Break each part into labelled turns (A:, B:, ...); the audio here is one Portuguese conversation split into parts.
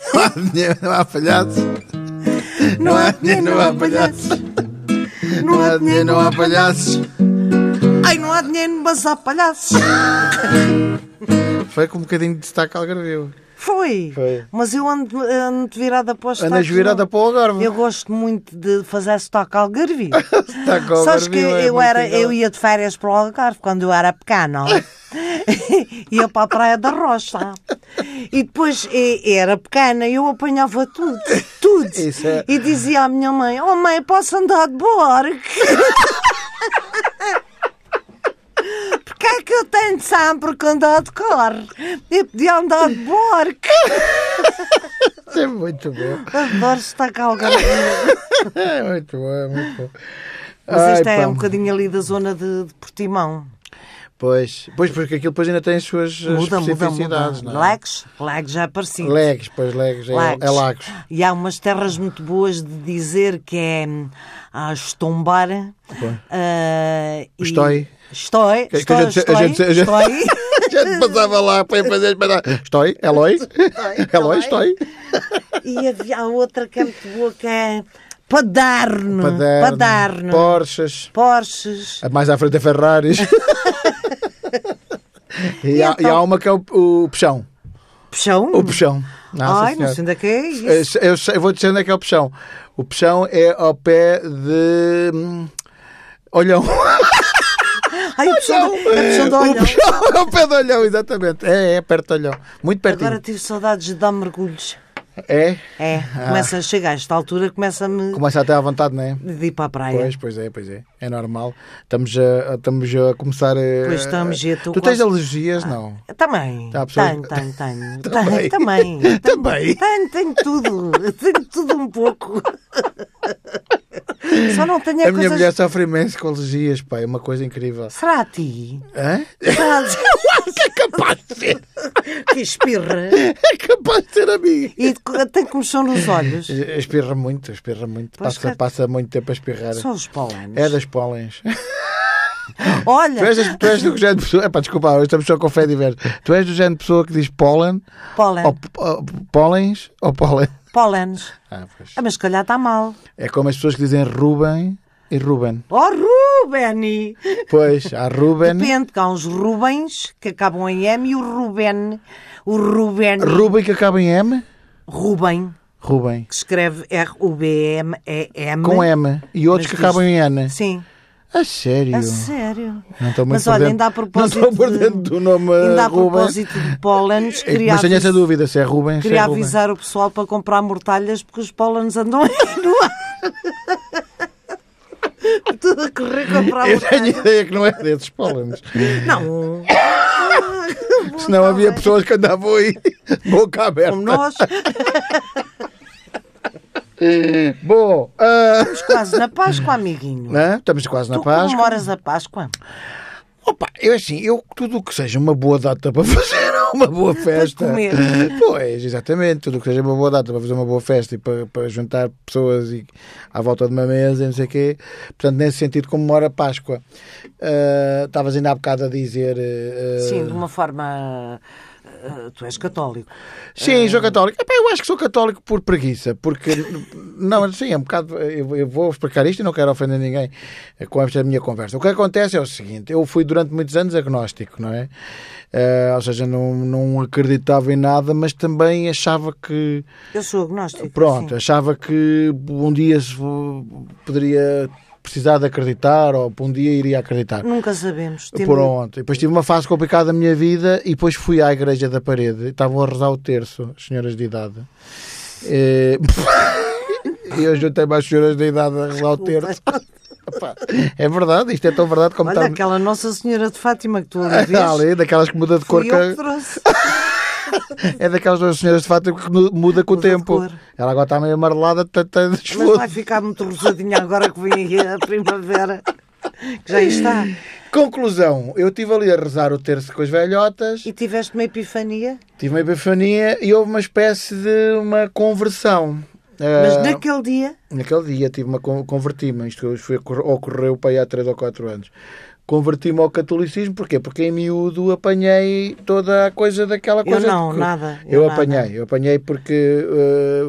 A: dinheiro, Ah, não há palhaços.
B: Não há dinheiro, não há palhaços.
A: Não há dinheiro, Ah, não há palhaços.
B: Ai, não há dinheiro, mas há palhaços.
A: Foi com um bocadinho de destaque algarvio.
B: Foi.
A: Foi.
B: Mas eu ando, ando virada para os
A: Andas
B: sotaques,
A: virada
B: não.
A: para o Algarve.
B: Eu gosto muito de fazer sotaque algarvio.
A: Sotaque ao
B: Sabes que
A: algarvio é
B: eu,
A: muito
B: era,
A: legal.
B: eu ia de férias para o Algarve quando eu era pequena. ia para a Praia da Rocha. E depois e- era pequena e eu apanhava tudo. Tudo.
A: Isso é-
B: E dizia à minha mãe, oh mãe, posso andar de borque? Porquê é que eu tenho sempre que andar de cor? Eu podia andar de borque.
A: É muito bom.
B: Adoro sotaque algarvio.
A: É muito bom, é muito bom.
B: Mas
A: Ai,
B: isto é
A: pá.
B: um bocadinho ali da zona de, de Portimão.
A: Pois, pois, porque aquilo depois ainda tem as suas eh,
B: Muda, muda, muda.
A: especificidades, não é?
B: Legs? Legs já é parecido.
A: Legs, pois legs, é,
B: Lagos.
A: é lagos.
B: E há umas terras muito boas de dizer que é hum, a Estombar. ah, e-
A: Estói.
B: Estói.
A: Que- que a
B: Estói.
A: gente- a
B: Estói.
A: gente- a gente-
B: Estói.
A: Já te passava lá para ir fazer para dar. Estou, É Eloy? Eloy, É estou.
B: E havia a outra que é muito boa que é Padarno.
A: Paderno,
B: Padarno.
A: Porsches.
B: Porches.
A: Mais à frente é Ferraris. e, há,
B: então?
A: e há uma que é o, o Peixão.
B: Puxão.
A: O Peixão. Nossa
B: Ai, não
A: Senhora.
B: sei onde é que é isso.
A: Eu sei- Eu, sei- eu vou dizer onde é que é o Peixão. O Peixão é ao pé de. hum, Olhão.
B: Ai, a puxão, a puxão é do
A: O
B: olhão.
A: Peixão é ao pé de Olhão, exatamente. É, é perto de Olhão. Muito pertinho.
B: Agora tive saudades de dar mergulhos.
A: É?
B: É, começa a chegar a esta altura, começa-me
A: Começa até à vontade, não é?
B: de ir para a praia.
A: Pois, pois é, pois é. É normal. Estamos a, a- estamos a começar a.
B: Pois estamos, e eu
A: tu
B: tô
A: tens
B: quase- Ah.
A: alergias? Não.
B: Também.
A: Tá, pessoas-
B: tenho, tenho, tenho.
A: Também.
B: Tenho, também.
A: Também.
B: Tenho, tenho tudo. Tenho tudo um pouco. Só não tenho é
A: a minha
B: coisas...
A: mulher sofre imenso com alergias, pá. É uma coisa incrível.
B: Será a ti?
A: Hã?
B: Será a ti?
A: é capaz de ser.
B: que espirra.
A: É capaz de ser a mim.
B: E de- tem que mexer nos olhos.
A: Espirra muito, espirra muito.
B: Pois
A: Passa,
B: que-
A: passa muito tempo a espirrar.
B: São os polanos.
A: É das polens.
B: Olha,
A: Tu és, das- tu és do género de pessoa. Epá, desculpa, hoje estamos só com fé diversa. Tu és do género de pessoa que diz pólen,
B: pólen,
A: ou, ou pólens, ou pólen.
B: pólenes.
A: Ah, pois.
B: Ah, mas se calhar está mal.
A: É como as pessoas que dizem Ruben e Ruben.
B: Oh, Rubeni!
A: Pois, há Ruben.
B: Depende, que há uns Rubens que acabam em M e o Ruben. O Ruben.
A: Ruben que acaba em M?
B: Ruben,
A: Ruben.
B: que escreve R-U-B-M-E-M.
A: Com M. E outros
B: Mas
A: que
B: diz-
A: acabam em Ana.
B: Sim,
A: A sério.
B: a sério.
A: Não estou muito
B: Mas
A: por
B: olha,
A: dentro-
B: ainda a propósito.
A: Não estou por
B: de-
A: dentro do nome
B: Ainda a
A: Ruben.
B: propósito de pólenes,
A: É,
B: queria,
A: Mas tenho essa
B: avis-
A: dúvida se é Ruben se é
B: queria
A: Ruben.
B: avisar o pessoal para comprar mortalhas porque os pólenes andam aí no ar. Tudo a correr comprar
A: Eu tenho
B: mortalhas.
A: ideia que não é desses pólenes.
B: Não, Ah,
A: Senão
B: tá
A: havia pessoas que andavam aí boca
B: como
A: aberta.
B: nós,
A: Bom, ah,
B: quase na Páscoa, amiguinho.
A: né? estamos quase na
B: tu
A: paz.
B: comemoras a Páscoa?
A: Opa, eu assim, eu tudo o que seja uma boa data para fazer uma boa festa.
B: comer.
A: Pois, exatamente, tudo o que seja uma boa data para fazer uma boa festa e para, para juntar pessoas e à volta de uma mesa e não sei o quê. Portanto, nesse sentido, comemora a Páscoa. Ah, Estavas ainda há bocado a dizer. ah,
B: Sim, de uma forma. eh, Tu és católico.
A: Sim, sou católico. Epá, eu acho que sou católico por preguiça, porque não, sim, é um bocado. Eu, eu vou explicar isto e não quero ofender ninguém com esta minha conversa. O que acontece é o seguinte: eu fui durante muitos anos agnóstico, não é? Eh, ou seja, não, não acreditava em nada, mas também achava que
B: Eu sou agnóstico.
A: Pronto, é
B: sim.
A: achava que um dia se vo- poderia precisar de acreditar ou um dia iria acreditar.
B: Nunca sabemos. Temos-
A: Pronto. E depois tive uma fase complicada da minha vida e depois fui à igreja da parede. Estavam a rezar o terço, senhoras de idade. Eh, E eu juntei-me às senhoras de idade a rezar o terço. Epá, É verdade, isto é tão verdade como
B: Olha,
A: está.
B: aquela Nossa Senhora de Fátima que tu ali vês.
A: Ah, ali, daquelas que muda de cor.
B: Fui eu que
A: que-
B: trouxe.
A: É daquelas duas senhoras de fato que nu- muda com o
B: Muda de
A: tempo.
B: cor.
A: Ela agora está meio amarelada, está tá,
B: Mas vai ficar muito rosadinha agora que vem aí a primavera. Que já aí está.
A: Conclusão, eu estive ali a rezar o terço com as velhotas,
B: E tiveste uma epifania?
A: tive uma epifania e houve uma espécie de uma conversão.
B: Mas
A: Ah,
B: naquele dia.
A: Naquele dia tive uma con- converti-me, isto foi- ocorreu para aí há 3 ou 4 anos. Converti-me ao catolicismo, porquê? Porque em miúdo apanhei toda a coisa daquela
B: Eu
A: coisa.
B: não,
A: de-
B: nada.
A: Eu,
B: nada.
A: apanhei, eu apanhei porque. eh,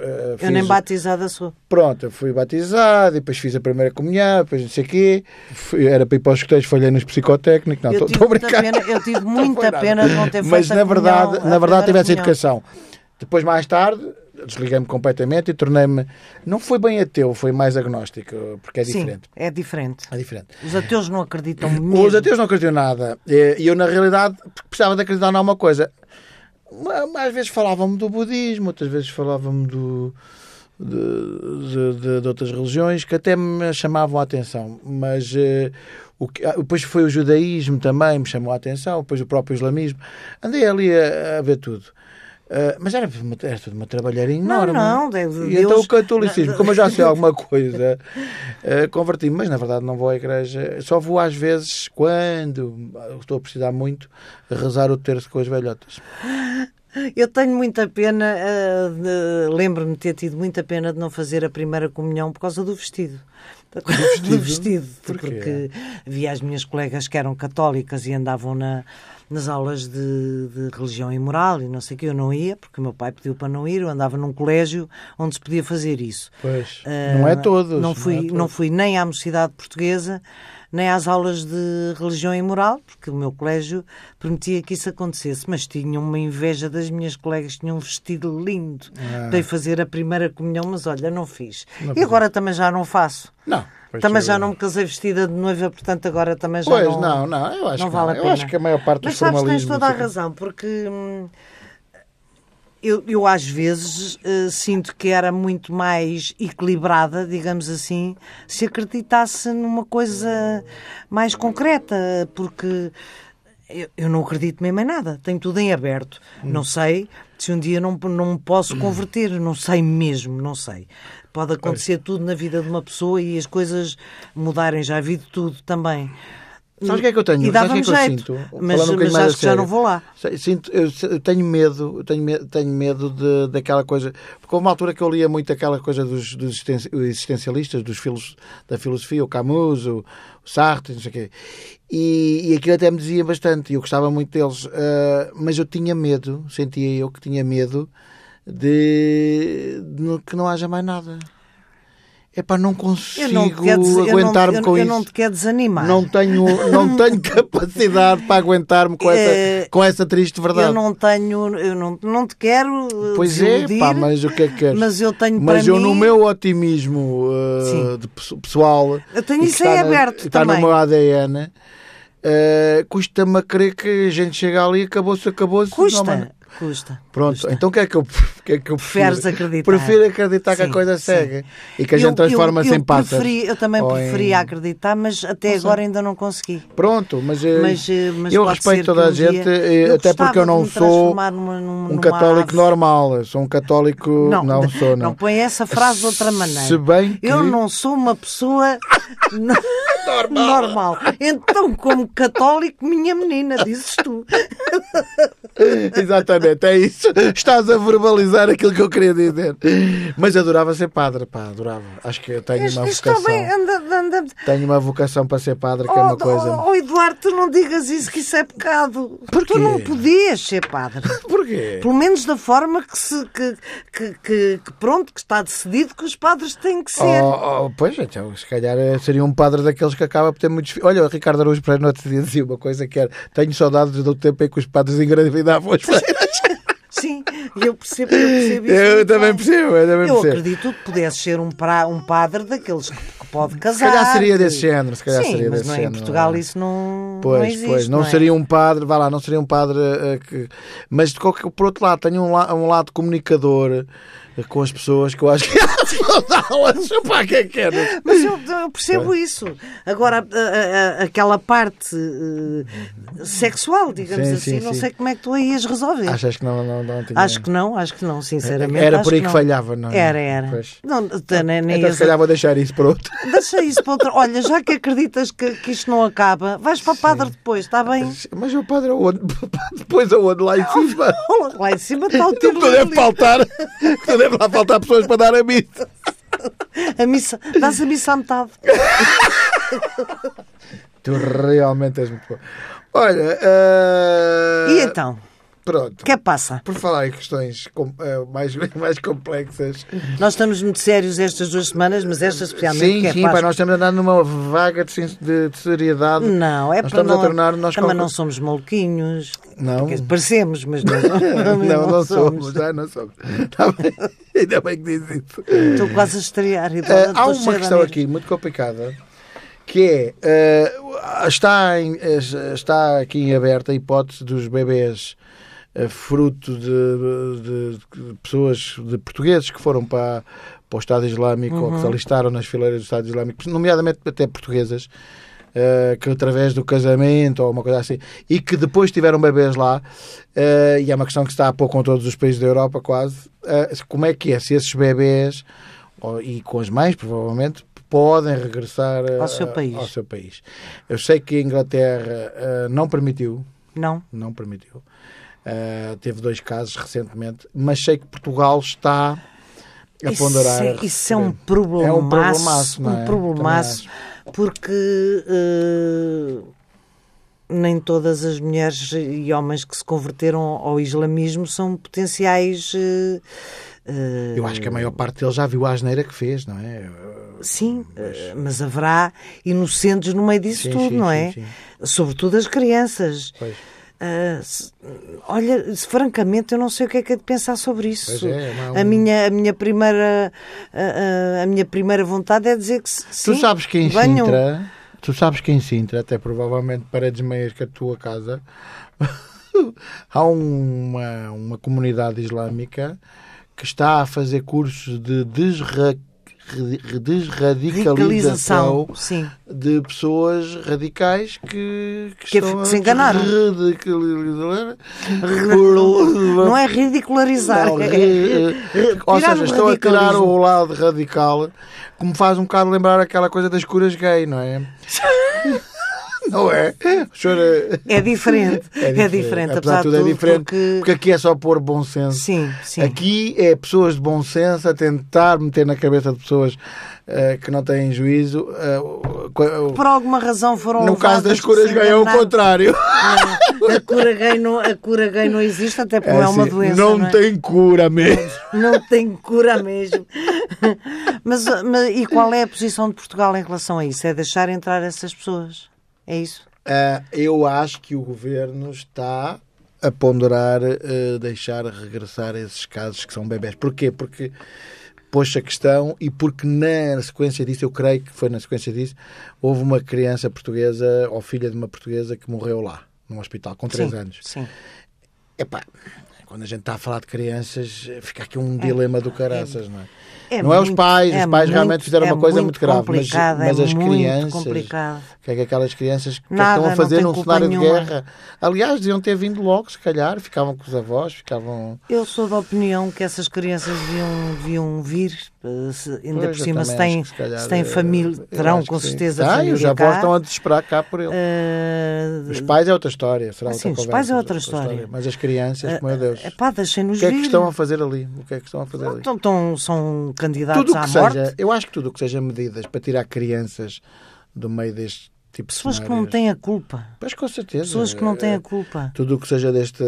A: eh,
B: Eu nem
A: fiz-
B: batizada sou.
A: Pronto, eu fui batizado, e depois fiz a primeira comunhão, depois não sei o quê. Fui- era para ir para os escoteiros, falhei nos psicotécnicos. Não,
B: eu,
A: estou
B: tive
A: estou a
B: muita
A: brincar.
B: pena, eu tive
A: foi
B: muita
A: nada.
B: pena de não ter feito
A: Mas
B: a
A: na verdade,
B: comunhão,
A: na
B: a
A: verdade
B: primeira
A: tivesse
B: comunhão.
A: educação. Depois, mais tarde, desliguei-me completamente e tornei-me. Não foi bem ateu, foi mais agnóstico, porque é diferente.
B: Sim, é diferente.
A: É diferente.
B: Os ateus não acreditam
A: Os
B: mesmo.
A: ateus não acreditam em nada. E eu, na realidade, porque precisava de acreditar em alguma coisa. Mas, Às vezes falavam-me do budismo, outras vezes falavam-me do- de, de- de- de outras religiões que até me chamavam a atenção. Mas eh, o que- ah, depois foi o judaísmo também, me chamou a atenção, depois o próprio islamismo. Andei ali a, a ver tudo. Ah, mas era, uma- era tudo uma trabalheira enorme.
B: não, Deus-
A: e então
B: Deus-
A: o catolicismo,
B: não-
A: como eu já sei alguma coisa, eh, converti-me, mas na verdade não vou à igreja. Só vou às vezes quando estou a precisar muito rezar o terço com as velhotas.
B: Eu tenho muita pena, ah, de- lembro-me de ter tido muita pena de não fazer a primeira comunhão por causa do vestido. Do vestido?
A: Porquê?
B: porque havia as minhas colegas que eram católicas e andavam na- nas aulas de, de religião e moral e não sei o que, eu não ia, porque o meu pai pediu para não ir, eu andava num colégio onde se podia fazer isso.
A: Pois,
B: Ah,
A: não é todos.
B: Não fui,
A: é
B: não,
A: todos.
B: fui nem à mocidade portuguesa, nem às aulas de religião e moral, porque o meu colégio permitia que isso acontecesse, mas tinha uma inveja das minhas colegas, tinham um vestido lindo.
A: Ah.
B: Dei fazer a primeira comunhão, mas olha, não fiz. e agora também já não faço.
A: Não, pois
B: também
A: eu-
B: já não me casei vestida de noiva, portanto agora também já
A: Pois,
B: não...
A: não, não, eu acho
B: não
A: que
B: vale a
A: não.
B: pena.
A: Eu acho que a maior parte
B: Mas
A: dos
B: sabes, tens
A: formalismos.
B: toda a razão, porque hum, eu, eu às vezes eh, sinto que era muito mais equilibrada, digamos assim, se acreditasse numa coisa mais concreta, porque eu, eu não acredito mesmo em nada, tenho tudo em aberto.
A: Hum.
B: Não sei se um dia não, não me posso converter, não sei mesmo, não sei. Pode acontecer tudo na vida de uma pessoa e as coisas mudarem, já vi de tudo também.
A: Sabes o que é que eu tenho?
B: E
A: Sabes o que
B: dava-me
A: é que eu
B: jeito,
A: sinto? Falando um
B: mas,
A: bocadinho
B: mas
A: mais a
B: acho que já
A: sério.
B: não vou lá.
A: Sei- Sinto, eu, se- eu tenho medo, eu tenho medo, tenho medo de, daquela coisa. Porque houve uma altura que eu lia muito aquela coisa dos, dos existen- existencialistas, dos filos, da filosofia, o Camus, o, o Sartre, não sei o quê. E, e aquilo até me dizia bastante, e eu gostava muito deles. ah, mas eu tinha medo, sentia eu que tinha medo de, de que não haja mais nada. É pá, não
B: Eu
A: consigo
B: não te quero des- eu não-
A: aguentar-me
B: eu-
A: com
B: eu
A: isso
B: não te quero desanimar.
A: não tenho, não tenho capacidade para aguentar-me com, essa,
B: Eh,
A: com essa triste
B: eu
A: verdade.
B: não tenho, eu não, não te quero eh,
A: pois é,
B: desiludir,
A: pá, mas o que é que queres?
B: mas eu tenho
A: Mas
B: para
A: eu,
B: mim,
A: no meu otimismo eh,
B: Sim.
A: de pesso- pessoal,
B: Eu tenho
A: e que
B: isso em
A: está na-
B: aberto
A: está
B: também.
A: no meu ADN, eh, custa-me a crer que a gente chega ali, acabou-se, acabou-se.
B: custa,
A: não, mas-
B: custa.
A: Pronto,
B: custa.
A: então o que é que eu, o que é que eu prefiro?
B: Preferes acreditar.
A: Prefiro acreditar que a
B: Sim,
A: coisa
B: sim.
A: segue e que a
B: Eu-
A: gente transforma-se
B: eu-
A: em
B: eu
A: pássaros.
B: preferi- eu também
A: Ou
B: preferia
A: em-
B: acreditar, mas até agora ainda não consegui.
A: Pronto, mas, eh,
B: Mas, eh, mas
A: eu
B: pode
A: respeito
B: ser
A: toda
B: que
A: a
B: um dia-
A: gente, eh,
B: eu
A: até porque eu
B: gostava
A: não
B: de me
A: sou
B: transformar numa- num-
A: um
B: numa
A: católico
B: ave.
A: normal, eu sou um católico, não,
B: de-
A: sou, não.
B: põe essa frase de outra maneira.
A: Se bem que-
B: Eu não sou uma pessoa no- normal. Então, como católico, minha menina, dizes tu.
A: Exatamente, é isso. Estás a verbalizar aquilo que eu queria dizer. Mas adorava ser padre, pá, adorava. Acho que eu tenho uma
B: Isto
A: vocação.
B: também anda. anda...
A: Tenho uma vocação para ser padre, que é uma
B: Oh,
A: coisa.
B: oh, oh, Eduardo, tu não digas isso, que isso é pecado.
A: Porquê?
B: Tu não podias ser padre.
A: Porquê?
B: Pelo menos da forma que, se, que, que, que- que pronto, que está decidido que os padres têm que ser.
A: Oh, oh, pois, então, se calhar eh, seria um padre daqueles que acaba por ter muitos filhos. Olha, o Ricardo Araújo Pereira no outro dia dizia uma coisa que era: tenho saudades do tempo em que os padres engravidavam as freiras.
B: Sim, eu percebo, eu percebo isso.
A: Eu
B: muito
A: também
B: bem.
A: percebo, eu também
B: Eu
A: percebo.
B: acredito que pudesse ser um, pra, um padre daqueles que, que pode
A: Se
B: casar.
A: calhar seria
B: que-
A: desse género, se calhar
B: Sim,
A: seria
B: mas
A: desse
B: não é, em
A: género.
B: Portugal
A: não é?
B: isso não,
A: Pois,
B: não existe.
A: pois, não,
B: é?
A: seria um padre, vá lá, não seria um padre eh, que- mas de qualquer por outro lado, tenho um, la- um lado comunicador eh, com as pessoas que eu acho que elas não dão aulas, pá, que é que é?
B: Mas eu, eu percebo isso. Agora, a- a- a- aquela parte eh, sexual, digamos
A: Sim, sim,
B: assim, não
A: sim.
B: sei como é que tu a ias resolver.
A: Achas que não, não, não tinha.
B: Acho que não, acho que não, sinceramente.
A: Era
B: acho
A: por aí que
B: não.
A: falhava, não é?
B: Era, era.
A: Pois.
B: Não, até nem, nem
A: então,
B: ias
A: se calhar vou deixar isso para outro.
B: a- Deixa isso para outra. Olha, já que acreditas que, que isto não acaba, vais para o padre depois, está bem?
A: Mas o padre aonde? Depois aonde? Lá em cima?
B: Lá em cima está o
A: Tu
B: tiro.
A: deve faltar, tu deve lá faltar pessoas para dar a missa.
B: A missa, dás a missa à metade.
A: Tu realmente és muito bom. Olha.
B: E
A: eh,
B: então,
A: Pronto.
B: o que é que passa?
A: Por falar em questões com- eh, mais, mais complexas.
B: Nós estamos muito sérios estas duas semanas, mas esta especialmente
A: sim,
B: que é
A: sim,
B: Páscoa.
A: pá, nós estamos andando numa vaga de, sen- de- de seriedade.
B: Não, é
A: Nós
B: para
A: estamos
B: não...
A: a tornar. Nós
B: Também
A: com-
B: não somos maluquinhos.
A: Não.
B: Quer dizer, Parecemos, mas não,
A: Não,
B: mas
A: não somos, já não somos. Tá bem. Ainda bem que diz isso.
B: Estou quase a estrear. e
A: Eh, há
B: estou
A: uma
B: cheia de
A: questão
B: amigos.
A: aqui muito complicada que é eh, está, em- eh, está aqui em aberta a hipótese dos bebés eh, fruto de, de- de pessoas de portugueses que foram para, para o Estado Islâmico ou
B: Uhum.
A: que se alistaram nas fileiras do Estado Islâmico, nomeadamente até portuguesas eh, que através do casamento ou uma coisa assim, e que depois tiveram bebês lá, eh, e é uma questão que se está a pôr com todos os países da Europa quase, eh, como é que é se esses bebês, ou- e com as mães provavelmente, podem regressar eh,
B: Ao seu país.
A: ao seu país. Eu sei que a Inglaterra eh, não permitiu,
B: Não.
A: não permitiu. Eh, teve dois casos recentemente, mas sei que Portugal está a ponderar.
B: Isso é,
A: a
B: isso é um
A: receber.
B: problemaço.
A: É um problemaço, não é?
B: um problemaço, porque eh, nem todas as mulheres e homens que se converteram ao islamismo são potenciais. eh, eh,
A: Eu acho que a maior parte deles já viu a asneira que fez, não é?
B: Sim, eh, mas haverá inocentes no meio disso
A: Sim,
B: tudo,
A: sim,
B: não
A: sim,
B: é?
A: sim.
B: Sobretudo as crianças.
A: Pois.
B: Ah, se- olha, se- francamente, eu não sei o que é que é de pensar sobre isso.
A: Pois é, não há
B: a,
A: um-
B: minha, a, minha primeira, a, a- a minha primeira vontade é dizer que se- sim,
A: Tu sabes que em
B: venham.
A: Sintra, tu sabes que em Sintra, até provavelmente paredes meias que a tua casa, há uma, uma comunidade islâmica que está a fazer cursos de desra- re- desradicalização
B: Radicalização, sim.
A: de pessoas radicais que, que,
B: Que
A: estão
B: se enganaram.
A: a radicalizar por-
B: Não é ridicularizar. é,
A: Não, é, re- ou
B: Tirar
A: seja,
B: o
A: estou a tirar
B: radicalismo.
A: o lado radical, como faz um bocado lembrar aquela coisa das curas gay, não é? não é? O senhor, eh,
B: É diferente. É diferente, apesar de
A: tudo, é diferente.
B: porque-
A: Porque... aqui é só pôr bom senso.
B: Sim, sim.
A: Aqui é pessoas de bom senso a tentar meter na cabeça de pessoas eh, que não têm juízo. eh, o- o-
B: Por alguma razão foram
A: no caso
B: levadas
A: das
B: de
A: curas
B: se
A: gay é o
B: enganar.
A: contrário.
B: A cura gay não, a cura gay não existe, até porque não é uma
A: assim,
B: doença.
A: não,
B: Não, é?
A: tem cura mesmo.
B: Não tem cura mesmo. Mas, mas- e qual é a posição de Portugal em relação a isso? É deixar entrar essas pessoas? É isso?
A: Ah, eu acho que o governo está a ponderar eh, deixar regressar esses casos que são bebés. Porquê? Porque pôs a questão e porque na sequência disso, eu creio que foi na sequência disso, houve uma criança portuguesa ou filha de uma portuguesa que morreu lá, num hospital, com 3
B: sim,
A: anos.
B: Sim.
A: Epá, quando a gente está a falar de crianças, eh, fica aqui um dilema do caraças, não é? não é os
B: muito-
A: pais, os
B: é
A: pais realmente
B: muito-
A: fizeram
B: é
A: uma coisa muito, grave, mas,
B: complicado,
A: mas
B: é
A: as
B: muito
A: crianças,
B: complicado.
A: o que é que aquelas crianas que
B: Nada,
A: estão
B: não
A: a fazer
B: tem
A: num
B: culpa
A: cenário
B: nenhuma.
A: de guerra? Aliás, deviam ter vindo logo, se calhar, ficavam com os avós, ficavam.
B: Eu sou da opinião que essas crianças deviam, deviam vir, eh, se- ainda
A: Pois,
B: por
A: eu
B: cima,
A: também
B: se
A: acho
B: têm,
A: que se calhar,
B: se têm
A: eh,
B: família,
A: eu
B: terão
A: acho
B: com
A: que sim.
B: certeza
A: Ah, e
B: família.
A: os avós
B: cá.
A: estão a desesperar cá por ele.
B: Eh,
A: Os pais é outra história, será
B: Ah,
A: outra
B: sim, os
A: conversa,
B: pais é outra história. Eh,
A: Mas as crianças, meu Deus.
B: Epá, deixem-nos
A: o que é que
B: vir.
A: estão a fazer ali? O que é que estão a fazer ali?
B: Então, então são candidatos
A: tudo o
B: à
A: que
B: morte.
A: seja, eu acho que tudo o que seja medidas para tirar crianças do meio deste tipo de
B: Pessoas que não
A: cenários- Eh,
B: têm a culpa.
A: Pois com certeza.
B: Pessoas que não têm a culpa.
A: Tudo o que seja deste.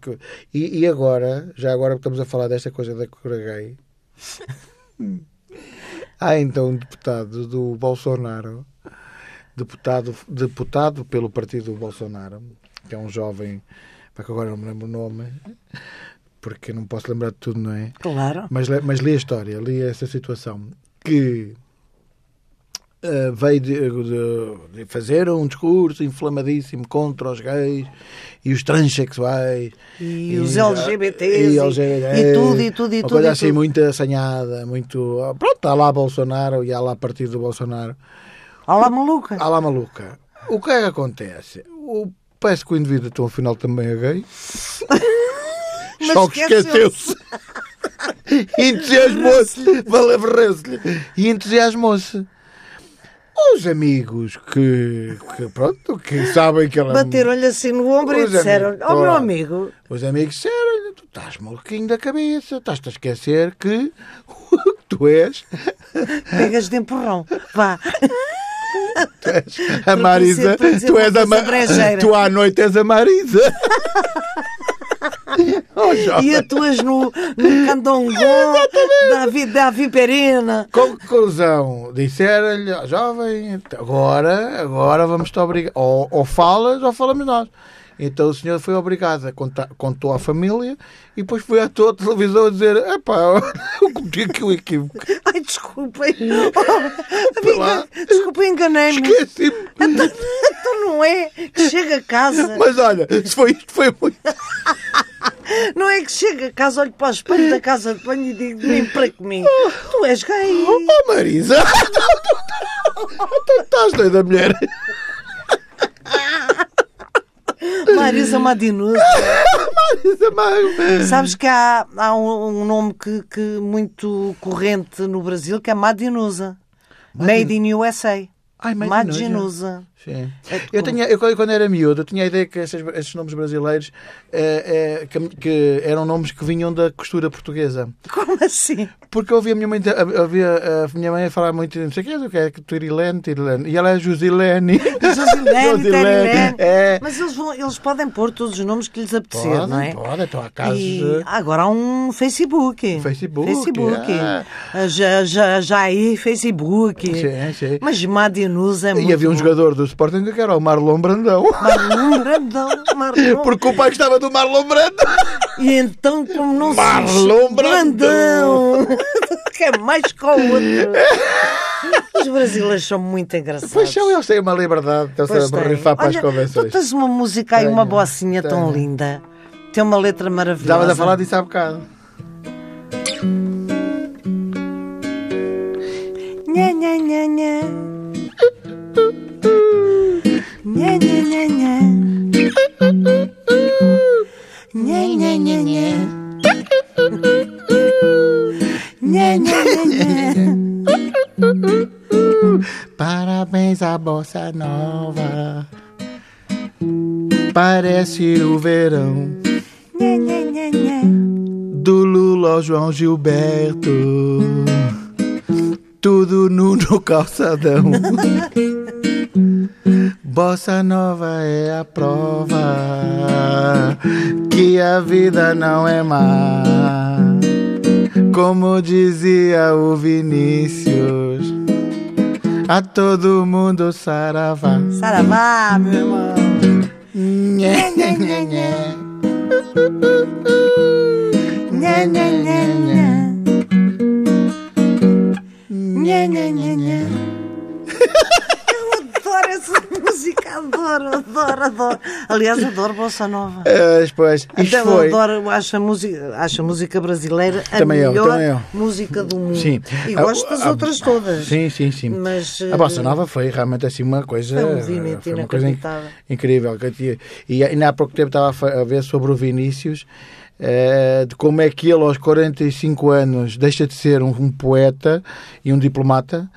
A: que- E, e agora, já agora estamos a falar desta coisa da cura gay. Há então um deputado do Bolsonaro, deputado, deputado pelo partido do Bolsonaro, que é um jovem, para que agora não me lembro o nome, porque não posso lembrar de tudo, não é?
B: Claro.
A: Mas, le- mas li a história, li essa situação que eh, veio de, de- de fazer um discurso inflamadíssimo contra os gays e os transexuais
B: E os LGBTs.
A: e,
B: E,
A: LGBT,
B: e tudo, e tudo, e
A: uma
B: tudo.
A: coisa
B: e
A: assim
B: tudo.
A: muito assanhada, muito ah, pronto, há lá Bolsonaro e há lá partido do Bolsonaro,
B: Olá, maluca.
A: há lá maluca. O que é que acontece? O, parece que o indivíduo então, afinal também é gay.
B: Mas
A: Só que esqueceu-se. entusiasmou-se. Valeu, varreu-se-lhe. E entusiasmou-se. Os amigos que, que, pronto, que sabem que ela...
B: Bateram-lhe assim no ombro e
A: Os
B: disseram:
A: amigos,
B: Ó meu
A: claro.
B: amigo,
A: Os amigos disseram-lhe, tu estás maluquinho da cabeça, estás-te a esquecer que tu és
B: pegas de empurrão. Vá.
A: Tu és a Marisa.
B: para dizer
A: Tu
B: uma
A: és a
B: coisa
A: Ma-
B: brejeira.
A: Tu à noite és a Marisa. Oh, jovem.
B: E atuas no, no candongó da, vi- da viperina.
A: Conclusão, disseram-lhe, "Ó, jovem, agora, agora vamos te obrigar. Ou, ou falas ou falamos nós. Então o senhor foi obrigado, a contar, contou à família e depois foi à tua televisão a dizer: epá, eu cometi aqui um equívoco.
B: Ai, desculpem. Oh,
A: lá.
B: amiga, desculpa, enganei-me.
A: Esqueci-me.
B: Então não é que chega a casa.
A: Mas olha, se foi isto, foi muito.
B: Não é que chega a casa, olho para o espelho da casa de banho e digo, vem para comigo. Tu és gay.
A: Oh, Marisa! Tu estás doida, mulher!
B: Marisa Madinuso.
A: Marisa, mas...
B: Sabes que há, há um, um nome que, que muito corrente no Brasil que é Madinusa. Made in USA.
A: Ai, Made in
B: Madinusa.
A: Sim.
B: É de
A: Eu,
B: cor.
A: tinha, eu quando- quando era miúdo, eu tinha a ideia que esses, esses nomes brasileiros eh, eh, que, que eram nomes que vinham da costura portuguesa.
B: Como assim?
A: Porque eu ouvia a minha mãe, a- a- ouvia a minha mãe a falar muito, não sei o que é, o que é, que Tirilene, Tirilene. E ela é Josilene.
B: Josilene, Terilene.
A: É.
B: Mas eles, vão, eles podem pôr todos os nomes que lhes apetecer,
A: Pode,
B: não é?
A: pode, então há casos.
B: E agora há um Facebook.
A: Facebook,
B: Facebook. eh,
A: é.
B: Já, já, já aí, Facebook.
A: Sim, sim.
B: Mas Madinusa é muito. Um
A: E havia um jogador do Sporting que era o Marlon Brandão.
B: Marlon Brandão, Marlon.
A: Porque o pai gostava do Marlon Brandão.
B: E então, como não se
A: Marlon Brandão.
B: que é mais que o outro. Os brasileiros são muito engraçados.
A: Pois são, eles têm uma liberdade de
B: Pois
A: se
B: têm.
A: rifar para as
B: Olha, Tu
A: convenções.
B: tens uma música e
A: Tenho,
B: uma bocinha tão
A: tenho.
B: linda. Tem uma letra maravilhosa.
A: Estavas a falar disso há bocado.
B: Nha, nha, nha, nha. Nha, nha, nha, nha. Nha, nha, nha, nha. Nha, nha, nha, nha.
A: Parabéns à bossa nova. Parece o verão
B: Nha, nha, nha, nha.
A: do Lula ao João Gilberto. Tudo nu no calçadão. Bossa nova é a prova que a vida não é má. Como dizia o Vinícius, a todo mundo saravá.
B: Saravá, meu irmão.
A: Nhé, nhé, nhé, nhé.
B: Nha, nha, nha, nha. Nha, nha, nha, nha. Eu adoro essa música, adoro, adoro, adoro. Aliás, adoro Bossa Nova.
A: Pois, Eh, pois, isto
B: Até eu
A: foi.
B: Então, adoro, eu acho a música, acho a música brasileira a
A: Também eu,
B: melhor
A: também eu.
B: música do mundo.
A: Sim.
B: E
A: A-
B: gosto das
A: a-
B: outras todas.
A: Sim, sim, sim.
B: Mas,
A: a Bossa
B: eh,
A: Nova foi realmente assim uma coisa.
B: foi um movimento
A: foi uma coisa in-
B: inacreditável.
A: incrível. que eu tinha- E ainda há pouco tempo estava a fa- a ver sobre o Vinícius, eh, de como é que ele, aos 45 anos, deixa de ser um, um poeta e um diplomata.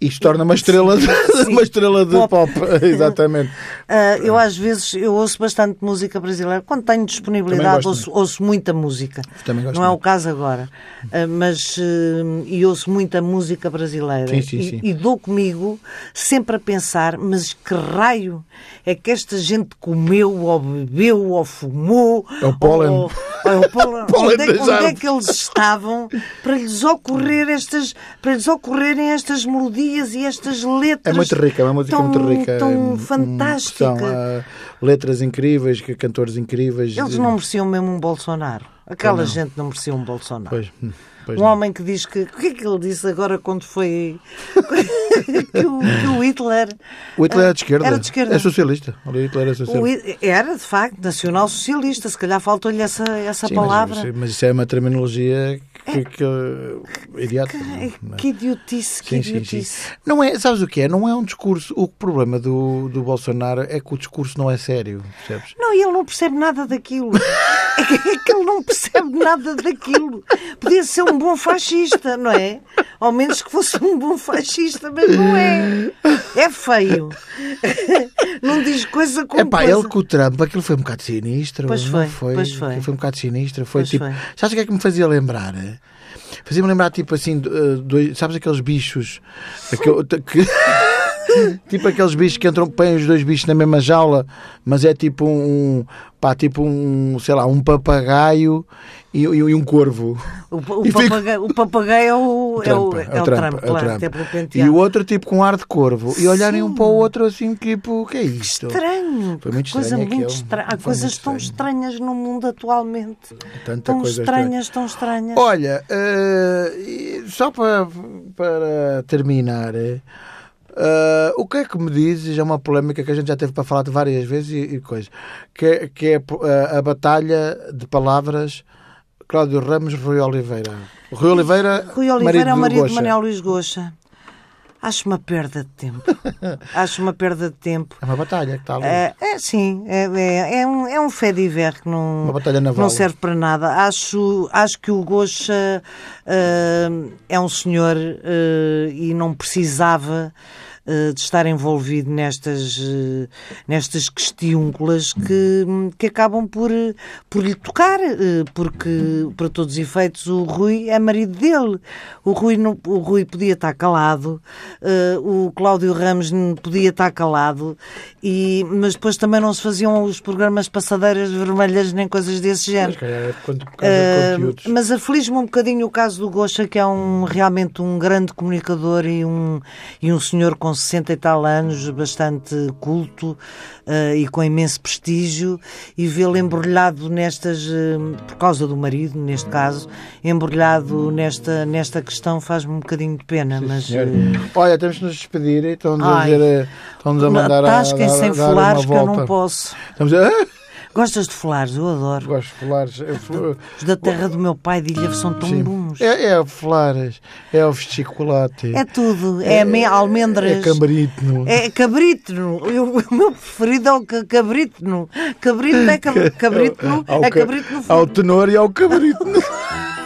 A: E se torna uma estrela de,
B: Sim.
A: uma estrela de
B: Pop.
A: pop. Exatamente.
B: Ah, eu às vezes eu ouço bastante música brasileira. Quando
A: É.
B: tenho
A: Também
B: disponibilidade,
A: gosto
B: ouço, ouço muita música.
A: Também gosto
B: Não é o
A: muito.
B: caso agora. Ah, mas eh, e ouço muita música brasileira.
A: Sim, sim,
B: e,
A: sim.
B: e dou comigo sempre a pensar, mas que raio é que esta gente comeu, ou bebeu, ou fumou,
A: É o pólen.
B: ou- ou é o pólen.
A: Pólen
B: onde, é,
A: das
B: onde é
A: árvores.
B: que eles estavam para lhes ocorrer estas, para lhes ocorrerem estas melodias e estas letras?
A: É muito rica, é uma música
B: tão,
A: muito rica.
B: Tão
A: Hum,
B: fantástica.
A: São ah, letras incríveis, que- cantores incríveis.
B: Eles não mereciam mesmo um Bolsonaro. Aquela gente não merecia um Bolsonaro.
A: Pois, hum, pois
B: um
A: não.
B: homem que diz que. O que é que ele disse agora quando foi. que, o, que o Hitler.
A: O Hitler era de
B: ah,
A: esquerda.
B: Era de esquerda.
A: É socialista. O Hitler era socialista.
B: O Hit- era, de facto, nacional-socialista. Se calhar faltou-lhe essa, essa
A: Sim, mas-
B: palavra.
A: Mas, mas isso é uma terminologia que, que, eh, idiota.
B: Ai,
A: não é?
B: que idiotice, que
A: Sim, sim,
B: idiotice.
A: sim. Não é, sabes o que é? Não é um discurso. O problema do, do Bolsonaro é que o discurso não é sério, percebes?
B: Não, e ele não percebe nada daquilo. É que, é que ele não percebe nada daquilo. Podia ser um bom fascista, não é? Ao menos que fosse um bom fascista, mas não é. É feio. Não diz coisa como
A: É pá,
B: coisa.
A: ele com o Trump, aquilo foi um bocado sinistro.
B: Pois
A: não
B: foi,
A: foi,
B: pois foi.
A: Aquilo Foi um bocado sinistro. Foi
B: Pois
A: tipo.
B: foi.
A: Sabes o que é que me fazia lembrar? Fazia-me lembrar, tipo assim, do- eh, dois- sabes aqueles bichos. Aquele, que... tipo aqueles bichos que entram, põem os dois bichos na mesma jaula, mas é tipo um, pá, tipo um, sei lá, um papagaio e, e- e um corvo.
B: O, o
A: E fico-
B: papagaio, o papagaio é o, é o, é o Trump,
A: é o
B: claro,
A: Trump.
B: até pelo
A: E
B: penteado.
A: o outro tipo com ar de corvo. E olharem um para o outro assim, tipo, o que é isto?
B: Estranho,
A: Foi muito
B: coisa
A: estranho
B: muito
A: aquilo.
B: estranha. Há
A: Foi
B: coisas
A: muito
B: tão estranhas no mundo atualmente.
A: Tanta
B: tão
A: coisa
B: estranhas, tão estranhas.
A: Olha, eh, e só para, para terminar, eh, eh, o que é que me dizes? É uma polémica que a gente já teve para falar de várias vezes e, e coisas, que, é- que é po- eh, a batalha de palavras Cláudio Ramos Rui Oliveira. Rui Oliveira,
B: Rui Oliveira é o
A: do
B: marido de
A: Gocha.
B: Manuel Luís Goxa. Acho uma perda de tempo. Acho uma perda de tempo.
A: É uma batalha que está ali.
B: É, é, sim, é, é, é um, é um fé de ver que não,
A: Uma batalha naval.
B: não serve para nada. Acho, acho que o Gocha eh, é um senhor eh, e não precisava eh, de estar envolvido nestas, eh, nestas questiúnculas que, que acabam por, eh, por lhe tocar, eh, porque, para todos os efeitos, o Rui é marido dele. O Rui, não, o Rui podia estar calado, eh, o Cláudio Ramos não podia estar calado, e, mas depois também não se faziam os programas passadeiras vermelhas nem coisas desse género.
A: Mas, se calhar, é por conta- por causa de
B: Ah,
A: conteúdos.
B: mas aflige-me um bocadinho o caso do Gocha, que é um, realmente um grande comunicador e um, e um senhor com 60 e tal anos, bastante culto ah, e com imenso prestígio, e vê-lo embrulhado nestas, ah, por causa do marido, neste caso, embrulhado nesta, nesta questão, faz-me um bocadinho de pena, mas.
A: Senhor.
B: ah,
A: Olha, temos de nos despedir. Estão-nos a,
B: Ai.
A: dizer, eh, estão-nos a mandar a,
B: Tasquem
A: dar,
B: sem
A: dar
B: folares
A: uma
B: que eu
A: volta.
B: não posso.
A: Estamos a...
B: Gostas de folares? Eu adoro.
A: Gosto de folares. Eu flo-
B: Os da terra do meu pai de Ilha são tão
A: Sim.
B: bons.
A: É, é flares, é o chocolate,
B: É tudo. É, ame- almendras.
A: é cambarito.
B: É cabríteno. Eu- O meu preferido é o ca- cabríteno. Cabrito é cab- cabríteno.
A: Ao
B: É
A: ca-
B: cabríteno.
A: Ao tenor e ao cabrito.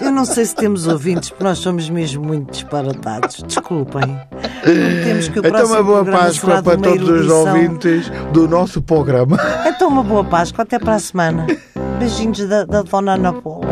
B: Eu não sei se temos ouvintes, porque nós somos mesmo muito disparatados. Desculpem. Não temos que o
A: Então,
B: próximo
A: uma boa
B: programa será
A: Páscoa
B: de
A: para
B: uma
A: todos os
B: erudição.
A: ouvintes do nosso programa.
B: Então, uma boa Páscoa. Até para a semana. Beijinhos da, da Dona Ana Paula.